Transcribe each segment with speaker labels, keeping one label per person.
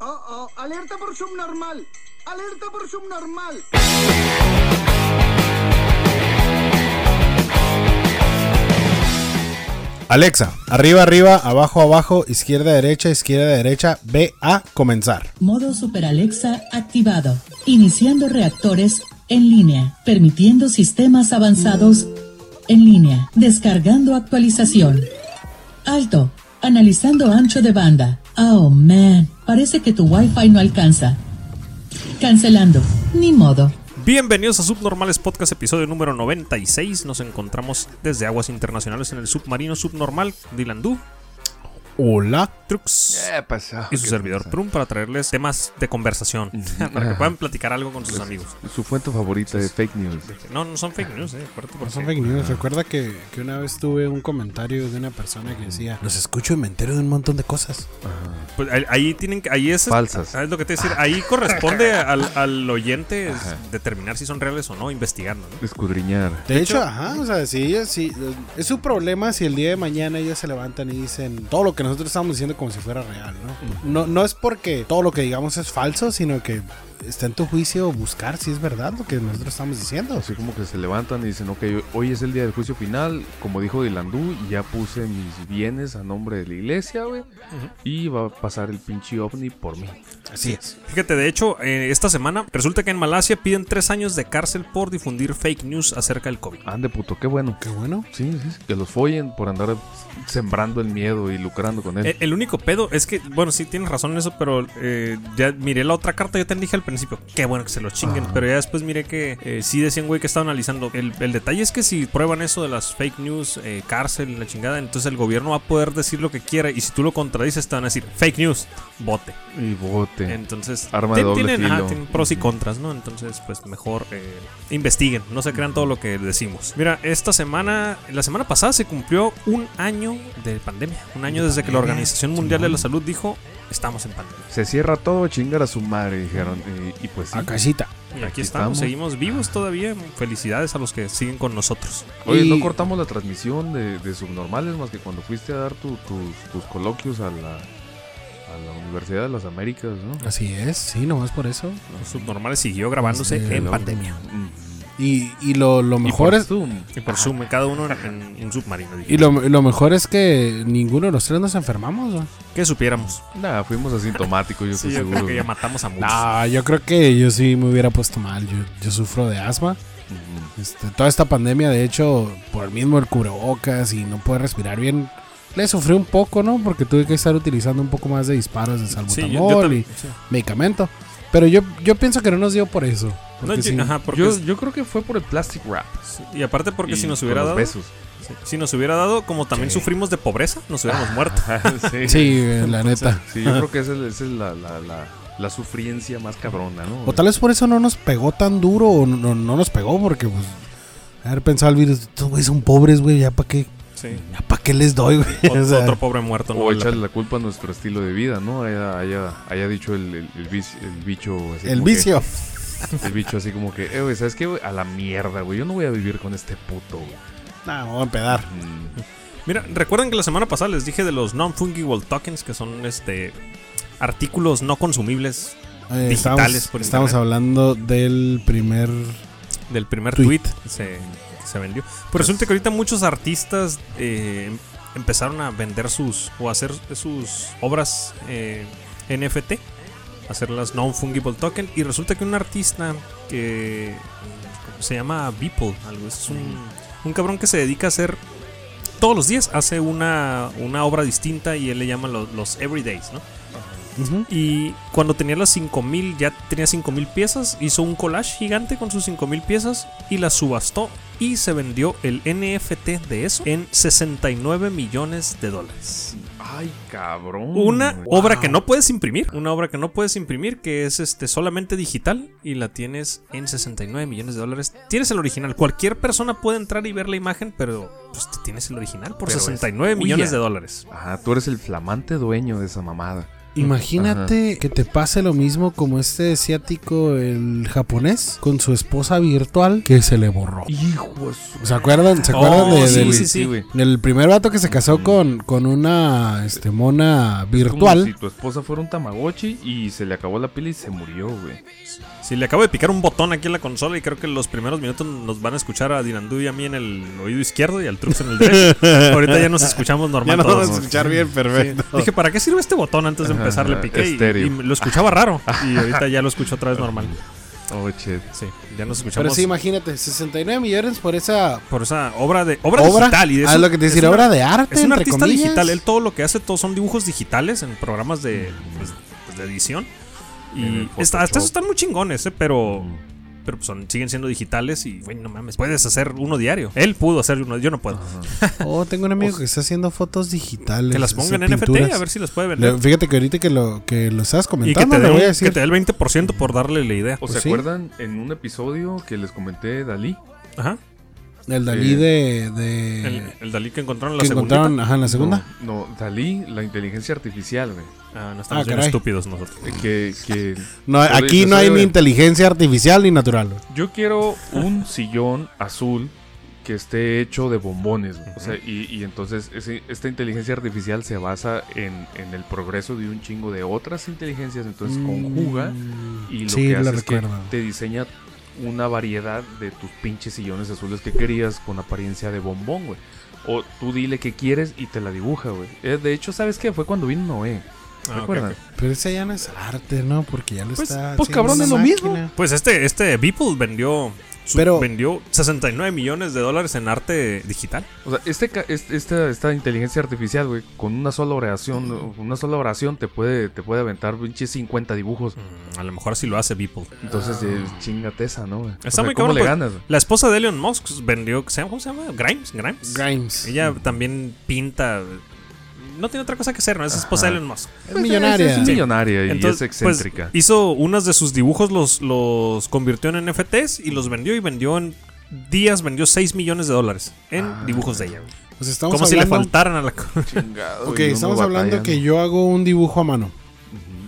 Speaker 1: Oh, Alerta por subnormal. Alerta por subnormal.
Speaker 2: Alexa, arriba, arriba, abajo, abajo, izquierda, derecha, izquierda, derecha, ve a comenzar.
Speaker 3: Modo Super Alexa activado. Iniciando reactores en línea. Permitiendo sistemas avanzados en línea. Descargando actualización. Alto. Analizando ancho de banda. Oh man. Parece que tu Wi-Fi no alcanza. Cancelando. Ni modo.
Speaker 4: Bienvenidos a Subnormales Podcast, episodio número 96. Nos encontramos desde aguas internacionales en el submarino subnormal Dilandú,
Speaker 2: Hola.
Speaker 4: Trux
Speaker 5: ¿Qué pasó?
Speaker 4: y su servidor Prum para traerles temas de conversación, para que puedan platicar algo con sus amigos.
Speaker 5: Su fuente favorita de fake news.
Speaker 4: No, no son fake news, eh, acuérdate por
Speaker 2: Son
Speaker 4: qué.
Speaker 2: fake news. Recuerda que, que una vez tuve un comentario de una persona que decía: Los escucho y me entero de un montón de cosas.
Speaker 4: Pues ahí, ahí tienen que- ahí es
Speaker 5: Falsas.
Speaker 4: ¿Sabes lo que te decir? Ahí corresponde al, al oyente es determinar si son reales o no investigando, ¿no?
Speaker 5: Escudriñar.
Speaker 2: De hecho, ajá, o sea, si ellos, si, es su problema si el día de mañana ellos se levantan y dicen todo lo que nosotros estamos diciendo como si fuera real, ¿no? No, no es porque todo lo que digamos es falso, sino que está en tu juicio buscar si es verdad lo que nosotros estamos diciendo.
Speaker 5: Así como que se levantan y dicen, ok, hoy es el día del juicio final, como dijo Dilandú, y ya puse mis bienes a nombre de la iglesia, güey, y va a pasar el pinche ovni por mí.
Speaker 2: Así es.
Speaker 4: Fíjate, de hecho, eh, esta semana resulta que en Malasia piden tres años de cárcel por difundir fake news acerca del COVID.
Speaker 5: Ande puto, qué bueno.
Speaker 2: Qué bueno.
Speaker 5: Sí, sí, sí, que los follen por andar sembrando el miedo y lucrando con él.
Speaker 4: El, el único pedo es que, bueno, sí tienes razón en eso, pero eh, ya miré la otra carta, yo te dije al principio, qué bueno que se lo
Speaker 5: Ah.
Speaker 4: chinguen, pero ya después miré que eh, sí decían, güey, que estaba analizando. El, el detalle es que si prueban eso de las fake news, eh, cárcel y la chingada, entonces el gobierno va a poder decir lo que quiera y si tú lo contradices te van a decir, fake news, bote.
Speaker 5: y bote.
Speaker 4: Entonces,
Speaker 5: Arma de
Speaker 4: ti-
Speaker 5: doble
Speaker 4: tienen, ajá,
Speaker 5: filo.
Speaker 4: tienen pros y contras, ¿no? Entonces, pues mejor eh, investiguen, no se crean todo lo que decimos. Mira, esta semana, la semana pasada se cumplió un año de pandemia, un año desde que la Organización Mundial de la Salud dijo, estamos en pandemia.
Speaker 5: Se cierra todo, chingar a su madre, dijeron. eh, Y, pues sí.
Speaker 2: A casita.
Speaker 4: Y aquí,
Speaker 5: Aquí
Speaker 4: estamos,
Speaker 5: estamos.
Speaker 4: seguimos vivos todavía. Felicidades a los que siguen con nosotros.
Speaker 5: Oye,
Speaker 2: Y-
Speaker 5: no cortamos la transmisión de, de subnormales más que cuando fuiste a dar tu- tus, tus coloquios a la, a la Universidad de las Américas, ¿no?
Speaker 2: Así es, sí, nomás por eso.
Speaker 4: Los subnormales siguió grabándose
Speaker 2: Sí,
Speaker 4: en
Speaker 2: no.
Speaker 4: pandemia.
Speaker 2: Y, y lo, lo
Speaker 5: Y
Speaker 2: mejor
Speaker 5: por
Speaker 2: es.
Speaker 5: Zoom.
Speaker 4: Y por Zoom, cada uno en, en un submarino.
Speaker 2: Y lo, lo mejor es que ninguno de los tres nos enfermamos. ¿no?
Speaker 4: que supiéramos.
Speaker 5: Nah, fuimos asintomáticos, yo estoy
Speaker 4: yo
Speaker 5: seguro.
Speaker 4: creo que ya matamos a muchos.
Speaker 2: No, yo creo que yo sí me hubiera puesto mal. Yo, yo sufro de asma.
Speaker 5: Ujú.
Speaker 2: Este, toda esta pandemia, de hecho, por el mismo el cubrebocas y no poder respirar bien, le sufrí un poco, ¿no? Porque tuve que estar utilizando un poco más de disparos de
Speaker 4: Sí,
Speaker 2: salbutamol
Speaker 4: yo- yo tam-
Speaker 2: y
Speaker 4: sí.
Speaker 2: medicamento. Pero yo, yo pienso que no nos dio por eso.
Speaker 4: No,
Speaker 2: porque
Speaker 4: yo-
Speaker 2: sí.
Speaker 4: ajá, porque
Speaker 5: yo, yo creo que fue por el plastic wrap.
Speaker 4: Y aparte porque
Speaker 5: Y
Speaker 4: si nos
Speaker 5: con
Speaker 4: hubiera
Speaker 5: los
Speaker 4: dado...
Speaker 5: besos.
Speaker 4: Sí. Si nos hubiera dado, como también
Speaker 2: Sí.
Speaker 4: sufrimos de pobreza, nos hubiéramos muerto.
Speaker 5: sí.
Speaker 2: Sí, eh, la neta.
Speaker 5: Sí, yo creo que esa es, esa es la, la, la, la sufriencia más cabrona, ¿no?
Speaker 2: O tal vez por eso no nos pegó tan duro, o no, no- no nos pegó, porque pues. Haber pensado el virus, estos güeyes son pobres, güey, ya para qué,
Speaker 4: Sí.
Speaker 2: ya pa' qué les doy, güey.
Speaker 4: Ot-
Speaker 2: O sea,
Speaker 4: otro pobre muerto. no
Speaker 5: O
Speaker 4: vale la
Speaker 5: echarle la culpa a nuestro estilo de vida, ¿no? Haya, haya, haya dicho el, el, el vici- el bicho. así
Speaker 2: el
Speaker 5: como que-
Speaker 2: vicio.
Speaker 5: El bicho así como que, eh, güey, ¿sabes qué? güey? A la mierda, güey. Yo no voy a vivir con este puto, güey.
Speaker 2: Nah, vamos a empedar.
Speaker 5: Mm.
Speaker 4: pena. Mira, recuerden que la semana pasada les dije de los non-fungible tokens, que son este artículos no consumibles
Speaker 2: Eh,
Speaker 4: Digitales
Speaker 2: estamos,
Speaker 4: por
Speaker 2: estamos
Speaker 4: internet.
Speaker 2: hablando del primer
Speaker 4: del primer
Speaker 2: Tweet.
Speaker 4: tweet, se, que se vendió. Pero resulta que ahorita muchos artistas eh, em- empezaron a vender sus o a hacer sus obras eh, NFT, hacerlas non-fungible token. Y resulta que un artista que ¿cómo se llama Beeple, algo es un, un cabrón que se dedica a hacer todos los días, hace una, una obra distinta y él le llama lo- los everydays, ¿no?
Speaker 2: Ujú.
Speaker 4: Y cuando tenía las 5000, ya tenía 5000 piezas, hizo un collage gigante con sus 5000 piezas y las subastó y se vendió el NFT de eso en 69 millones de dólares.
Speaker 5: Ay, cabrón.
Speaker 4: Una
Speaker 5: güey.
Speaker 4: obra que no puedes imprimir, una obra que no puedes imprimir que es este solamente digital y la tienes en 69 millones de dólares. Tienes el original, cualquier persona puede entrar y ver la imagen, pero pues, tienes el original por
Speaker 5: Pero es
Speaker 4: 69 millones de
Speaker 5: tuya.
Speaker 4: dólares.
Speaker 5: Ajá, tú eres el flamante dueño de esa mamada.
Speaker 2: Imagínate que te pase lo mismo como este asiático, el japonés, con su esposa virtual que se le borró.
Speaker 5: Hijos.
Speaker 2: ¿Se acuerdan? ¿Se
Speaker 4: Oh,
Speaker 2: acuerdan de-
Speaker 4: sí,
Speaker 2: del,
Speaker 4: sí, sí.
Speaker 2: del primer vato que se casó con, con una este, mona
Speaker 5: Virtual. Si
Speaker 2: virtual?
Speaker 5: tu esposa fuera un Tamagotchi y se le acabó la pila y se murió, güey.
Speaker 4: Si le acabo de picar un botón aquí en la consola y creo que los primeros minutos nos van a escuchar a Dinandú y a mí en el oído izquierdo y al Trux en el derecho. Ahorita ya nos escuchamos normal
Speaker 2: nos
Speaker 4: todos.
Speaker 2: escuchar bien, perfecto.
Speaker 4: Dije, ¿para qué sirve este botón? Antes de empezar le piqué y,
Speaker 5: estéreo.
Speaker 4: y lo escuchaba raro. Y ahorita ya lo escucho otra vez normal.
Speaker 5: Oh, shit.
Speaker 4: Sí, ya nos escuchamos.
Speaker 2: Pero sí, imagínate, 69 millones por esa
Speaker 4: por esa obra de obra,
Speaker 2: obra.
Speaker 4: digital y de
Speaker 2: ah,
Speaker 4: eso-
Speaker 2: lo que te
Speaker 4: es
Speaker 2: decir,
Speaker 4: una-
Speaker 2: obra de arte,
Speaker 4: es un
Speaker 2: entre
Speaker 4: artista
Speaker 2: comillas.
Speaker 4: digital, él todo lo que hace todo son dibujos digitales en programas de, pues, pues, de edición.
Speaker 5: En
Speaker 4: Y
Speaker 5: el
Speaker 4: está- hasta
Speaker 5: Photoshop.
Speaker 4: eso están muy chingones, eh, pero pero pues, son, siguen siendo digitales y güey, no mames, puedes hacer uno diario. Él pudo hacer uno, yo no puedo.
Speaker 2: Oh, tengo un amigo que está haciendo fotos digitales.
Speaker 4: Pues, Que las
Speaker 2: o
Speaker 4: ponga
Speaker 2: sea,
Speaker 4: en NFT
Speaker 2: pinturas.
Speaker 4: a ver si las puede
Speaker 2: Le-
Speaker 4: vender.
Speaker 2: fíjate que ahorita que lo, que lo estás
Speaker 4: Y que
Speaker 2: comentando,
Speaker 4: te, dé
Speaker 2: le
Speaker 4: un-
Speaker 2: voy a
Speaker 4: que
Speaker 2: decir.
Speaker 4: te dé el 20% por darle la idea.
Speaker 5: ¿O
Speaker 2: Pues
Speaker 5: se
Speaker 2: sí.
Speaker 5: acuerdan en un episodio que les comenté Dalí?
Speaker 4: Ajá.
Speaker 2: El Dalí
Speaker 5: Eh,
Speaker 2: de. de-
Speaker 4: El, el Dalí que encontraron en la
Speaker 2: Eh, que
Speaker 4: segunda.
Speaker 2: encontraron ajá, en la segunda.
Speaker 5: No, no, Dalí, la inteligencia artificial, güey.
Speaker 4: Ah, no estamos
Speaker 2: Ah,
Speaker 4: bien
Speaker 2: caray.
Speaker 4: estúpidos nosotros.
Speaker 5: Eh, Que, que
Speaker 2: No,
Speaker 5: Pero
Speaker 2: aquí
Speaker 5: dices,
Speaker 2: no hay
Speaker 5: oye,
Speaker 2: ni
Speaker 5: güey.
Speaker 2: inteligencia artificial ni natural. güey.
Speaker 5: yo quiero un sillón azul que esté hecho de bombones. güey. O sea, y, y entonces ese- esta inteligencia artificial se basa en, en el progreso de un chingo de otras inteligencias. Entonces
Speaker 4: Mm.
Speaker 5: conjuga y lo
Speaker 2: Sí,
Speaker 5: que
Speaker 2: lo
Speaker 5: hace es que
Speaker 2: recuerdo.
Speaker 5: te diseña una variedad de tus pinches sillones azules que querías con apariencia de bombón, güey. O tú dile que quieres y te la dibuja, güey. Eh, de hecho, ¿sabes qué? Fue cuando vino Noé.
Speaker 4: Ah, ok,
Speaker 5: ¿Recuerdan?
Speaker 4: ok.
Speaker 2: Pero ese ya no es arte, ¿no? Porque ya lo
Speaker 5: Pues-
Speaker 2: está.
Speaker 5: pues,
Speaker 2: haciendo
Speaker 5: cabrón,
Speaker 2: una
Speaker 5: es lo mismo.
Speaker 2: máquina.
Speaker 4: Pues este, este Beeple vendió, su-
Speaker 2: Pero-
Speaker 4: vendió 69 millones de dólares en arte digital.
Speaker 5: O sea, este, ca- es- esta, esta inteligencia artificial, güey, con una sola oración, una sola oración te puede, te puede aventar pinches 50 dibujos.
Speaker 4: Mm, a lo mejor sí lo hace Beeple.
Speaker 5: Entonces, eh, chingate esa, ¿no? güey? O
Speaker 4: Está
Speaker 5: sea,
Speaker 4: muy
Speaker 5: ¿Cómo
Speaker 4: cabrón,
Speaker 5: le
Speaker 4: pues.
Speaker 5: ganas? güey?
Speaker 4: La esposa de Elon Musk vendió, ¿se llama- ¿cómo se llama? Grimes. Grimes.
Speaker 2: Grimes.
Speaker 4: Ella también pinta. No tiene otra cosa que hacer, ¿no? Es esposa de Elon Musk.
Speaker 2: Es millonaria.
Speaker 5: Es,
Speaker 4: Sí.
Speaker 5: millonaria y
Speaker 4: Entonces,
Speaker 5: es excéntrica.
Speaker 4: pues, hizo unas de sus dibujos, los, los convirtió en NFTs y los vendió y vendió en días, vendió 6 millones de dólares en
Speaker 5: Ah,
Speaker 4: dibujos de ella. güey.
Speaker 2: Pues estamos
Speaker 4: Como si le
Speaker 2: hablando-
Speaker 4: faltaran a la...
Speaker 5: Chingado,
Speaker 2: Ok,
Speaker 5: y uno
Speaker 2: estamos hablando
Speaker 5: batallando.
Speaker 2: que yo hago un dibujo a mano.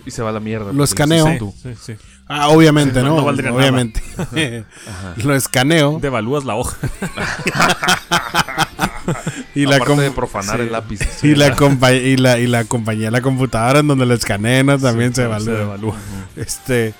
Speaker 5: Y se va a la mierda.
Speaker 2: Lo
Speaker 5: porque
Speaker 2: escaneo.
Speaker 5: dices tú.
Speaker 4: Sí, sí.
Speaker 2: Ah, obviamente,
Speaker 4: Sí, no,
Speaker 2: ¿no?
Speaker 4: no valdría nada.
Speaker 2: obviamente. lo escaneo
Speaker 4: Devalúas la hoja.
Speaker 2: y la,
Speaker 5: Aparte
Speaker 2: com-
Speaker 5: de profanar el lápiz.
Speaker 2: y, la compa- y, la, y la compañía, la computadora en donde lo escanean ¿no? también se
Speaker 4: Se
Speaker 2: evalúa.
Speaker 4: devalúa.
Speaker 2: Este,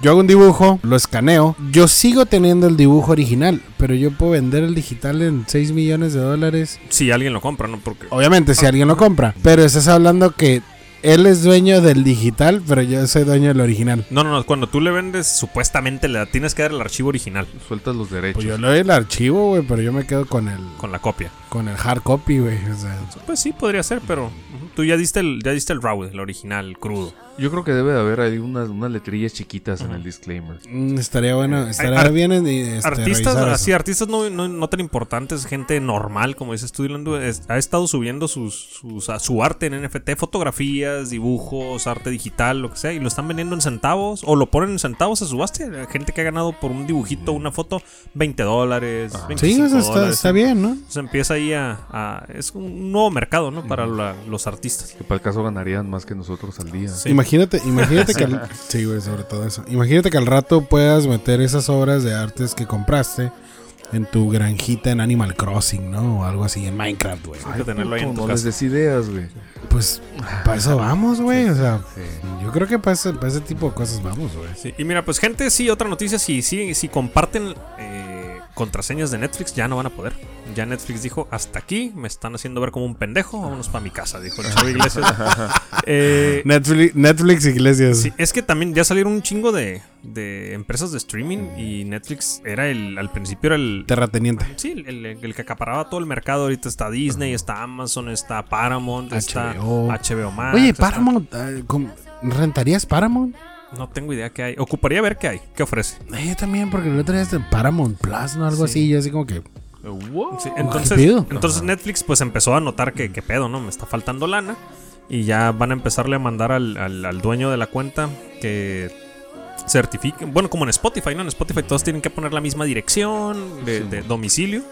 Speaker 2: yo hago un dibujo, lo escaneo. Yo sigo teniendo el dibujo original, pero yo puedo vender el digital en 6 millones de dólares.
Speaker 4: Si alguien lo compra, ¿no? Porque...
Speaker 2: Obviamente,
Speaker 4: Ah.
Speaker 2: si alguien lo compra. Pero estás hablando que él es dueño del digital, pero yo soy dueño del original.
Speaker 4: No, no, no. Cuando tú le vendes, supuestamente le tienes que dar el archivo original
Speaker 5: Sueltas los derechos.
Speaker 2: Pues yo le doy el archivo, güey, pero yo me quedo con el,
Speaker 4: con la copia.
Speaker 2: con el hard copy, güey. O sea,
Speaker 4: Pues sí, podría ser, pero ujú, tú ya diste el, ya diste el raw, el original, el crudo.
Speaker 5: Yo creo que debe de haber ahí unas, unas letrillas chiquitas en el disclaimer.
Speaker 2: mm, estaría bueno, estaría
Speaker 4: ar-
Speaker 2: bien. eh, este,
Speaker 4: artistas,
Speaker 2: revisar eso.
Speaker 4: así, artistas no, no, no tan importantes, gente normal, como dices tú, Dylan, pues, es- ha estado subiendo sus, sus- a- su arte en NFT, fotografías, dibujos, arte digital, lo que sea, y lo están vendiendo en centavos, o lo ponen en centavos a subasta. Gente que ha ganado por un dibujito, una foto, 20 dólares,
Speaker 2: Sí,
Speaker 4: 25
Speaker 2: eso está,
Speaker 4: dólares.
Speaker 2: está bien, ¿no?
Speaker 4: Se empieza ahí a, a- Es un nuevo mercado, ¿no? Para la- los artistas.
Speaker 5: Que para el caso ganarían más que nosotros al día.
Speaker 4: Sí.
Speaker 2: Imagínate, imagínate que al, sí, güey, sobre todo eso. Imagínate que al rato puedas meter esas obras de artes que compraste en tu granjita en Animal Crossing, ¿no? O algo así en Minecraft, güey.
Speaker 4: Hay que tenerlo ahí en
Speaker 5: Puto,
Speaker 4: tu
Speaker 5: no les
Speaker 4: casa.
Speaker 5: des ideas, güey.
Speaker 2: Pues para eso vamos, güey. O sea,
Speaker 5: Sí.
Speaker 2: yo creo que para ese, para ese tipo de cosas vamos, güey.
Speaker 4: Sí, Y mira, pues gente, sí, otra noticia, si, si, si comparten eh, contraseñas de Netflix, ya no van a poder. Ya Netflix dijo, hasta aquí, me están haciendo ver como un pendejo, vámonos para mi casa, dijo el Chavo Iglesias. Eh,
Speaker 2: Netflix, Netflix Iglesias.
Speaker 4: sí, es que también ya salieron un chingo de, de empresas de streaming y Netflix era el, al principio era el...
Speaker 2: Terrateniente.
Speaker 4: Sí, el, el- el que acaparaba todo el mercado ahorita está Disney, está Amazon, está Paramount,
Speaker 2: Ah,
Speaker 4: está
Speaker 2: HBO.
Speaker 4: HBO Max.
Speaker 2: Oye,
Speaker 4: está-
Speaker 2: Paramount, eh, ¿com- ¿rentarías Paramount?
Speaker 4: No tengo idea qué hay. Ocuparía ver qué hay, qué ofrece.
Speaker 2: Eh, yo también, porque el otro día este Paramount Plus, ¿no? Algo así, yo así como que...
Speaker 5: Wow.
Speaker 4: Sí,
Speaker 2: ¿qué
Speaker 4: entonces,
Speaker 2: pedo?
Speaker 4: entonces Netflix pues empezó a notar que, que pedo, ¿no? Me está faltando lana. Y ya van a empezarle a mandar al, al- al dueño de la cuenta que certifiquen. Bueno, como en Spotify, ¿no? En Spotify todos tienen que poner la misma dirección de, de domicilio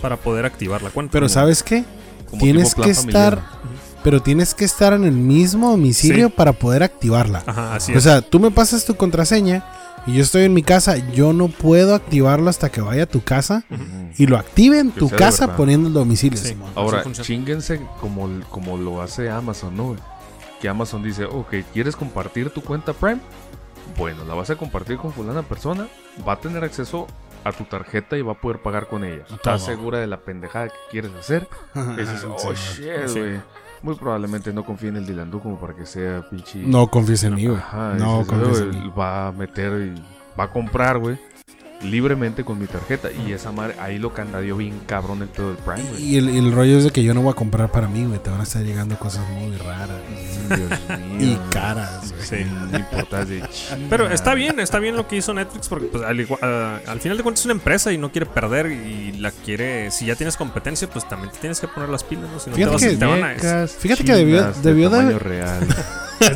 Speaker 4: para poder activar la cuenta.
Speaker 2: Pero
Speaker 4: Como-
Speaker 2: ¿sabes qué?
Speaker 5: como
Speaker 2: Tienes
Speaker 5: tipo
Speaker 2: que
Speaker 5: plan familiar.
Speaker 2: estar pero tienes que estar en el mismo domicilio
Speaker 4: Sí.
Speaker 2: para poder activarla.
Speaker 4: Ajá, así
Speaker 2: O
Speaker 4: es.
Speaker 2: sea, tú me pasas tu contraseña y yo estoy en mi casa, yo no puedo activarlo hasta que vaya a tu casa y lo active en
Speaker 5: Que
Speaker 2: tu
Speaker 5: sea de
Speaker 2: casa
Speaker 5: verdad.
Speaker 2: poniendo el domicilio.
Speaker 4: Sí.
Speaker 2: Simón.
Speaker 5: Ahora,
Speaker 4: Sí funciona.
Speaker 5: chinguense como, el- como lo hace Amazon, ¿no? Que Amazon dice, ok, ¿quieres compartir tu cuenta Prime? Bueno, la vas a compartir con fulana persona, va a tener acceso a tu tarjeta y va a poder pagar con ella.
Speaker 2: Ah,
Speaker 5: ¿Estás segura de la pendejada que quieres hacer? Y dices, oh, shit,
Speaker 4: Sí.
Speaker 5: güey. Muy probablemente no confíe en el Dilandú como para que sea pinche...
Speaker 2: No confíes en mí, güey.
Speaker 5: Ajá,
Speaker 2: No
Speaker 5: dices,
Speaker 2: confíes en
Speaker 5: "Güey,
Speaker 2: mí.
Speaker 5: va a meter y va a comprar, güey. Libremente con mi tarjeta. Y esa madre, ahí lo candadeó bien cabrón el pedo del Prime, güey.
Speaker 2: Y el, y el rollo es de que yo no voy a comprar para mí, güey. Te van a estar llegando cosas muy raras y caras, güey.
Speaker 4: Sí.
Speaker 5: No importa de chinga.
Speaker 4: Pero está bien, está bien lo que hizo Netflix porque pues, al, igua- a- al final de cuentas es una empresa y no quiere perder y la quiere... Si ya tienes competencia, pues también te tienes que poner las pilas, ¿no? Si no te,
Speaker 2: Fíjate
Speaker 4: vas,
Speaker 2: que-
Speaker 4: te van a...
Speaker 5: Muñecas
Speaker 2: Fíjate que debió-
Speaker 5: chinas
Speaker 2: debió de-
Speaker 5: tamaño real.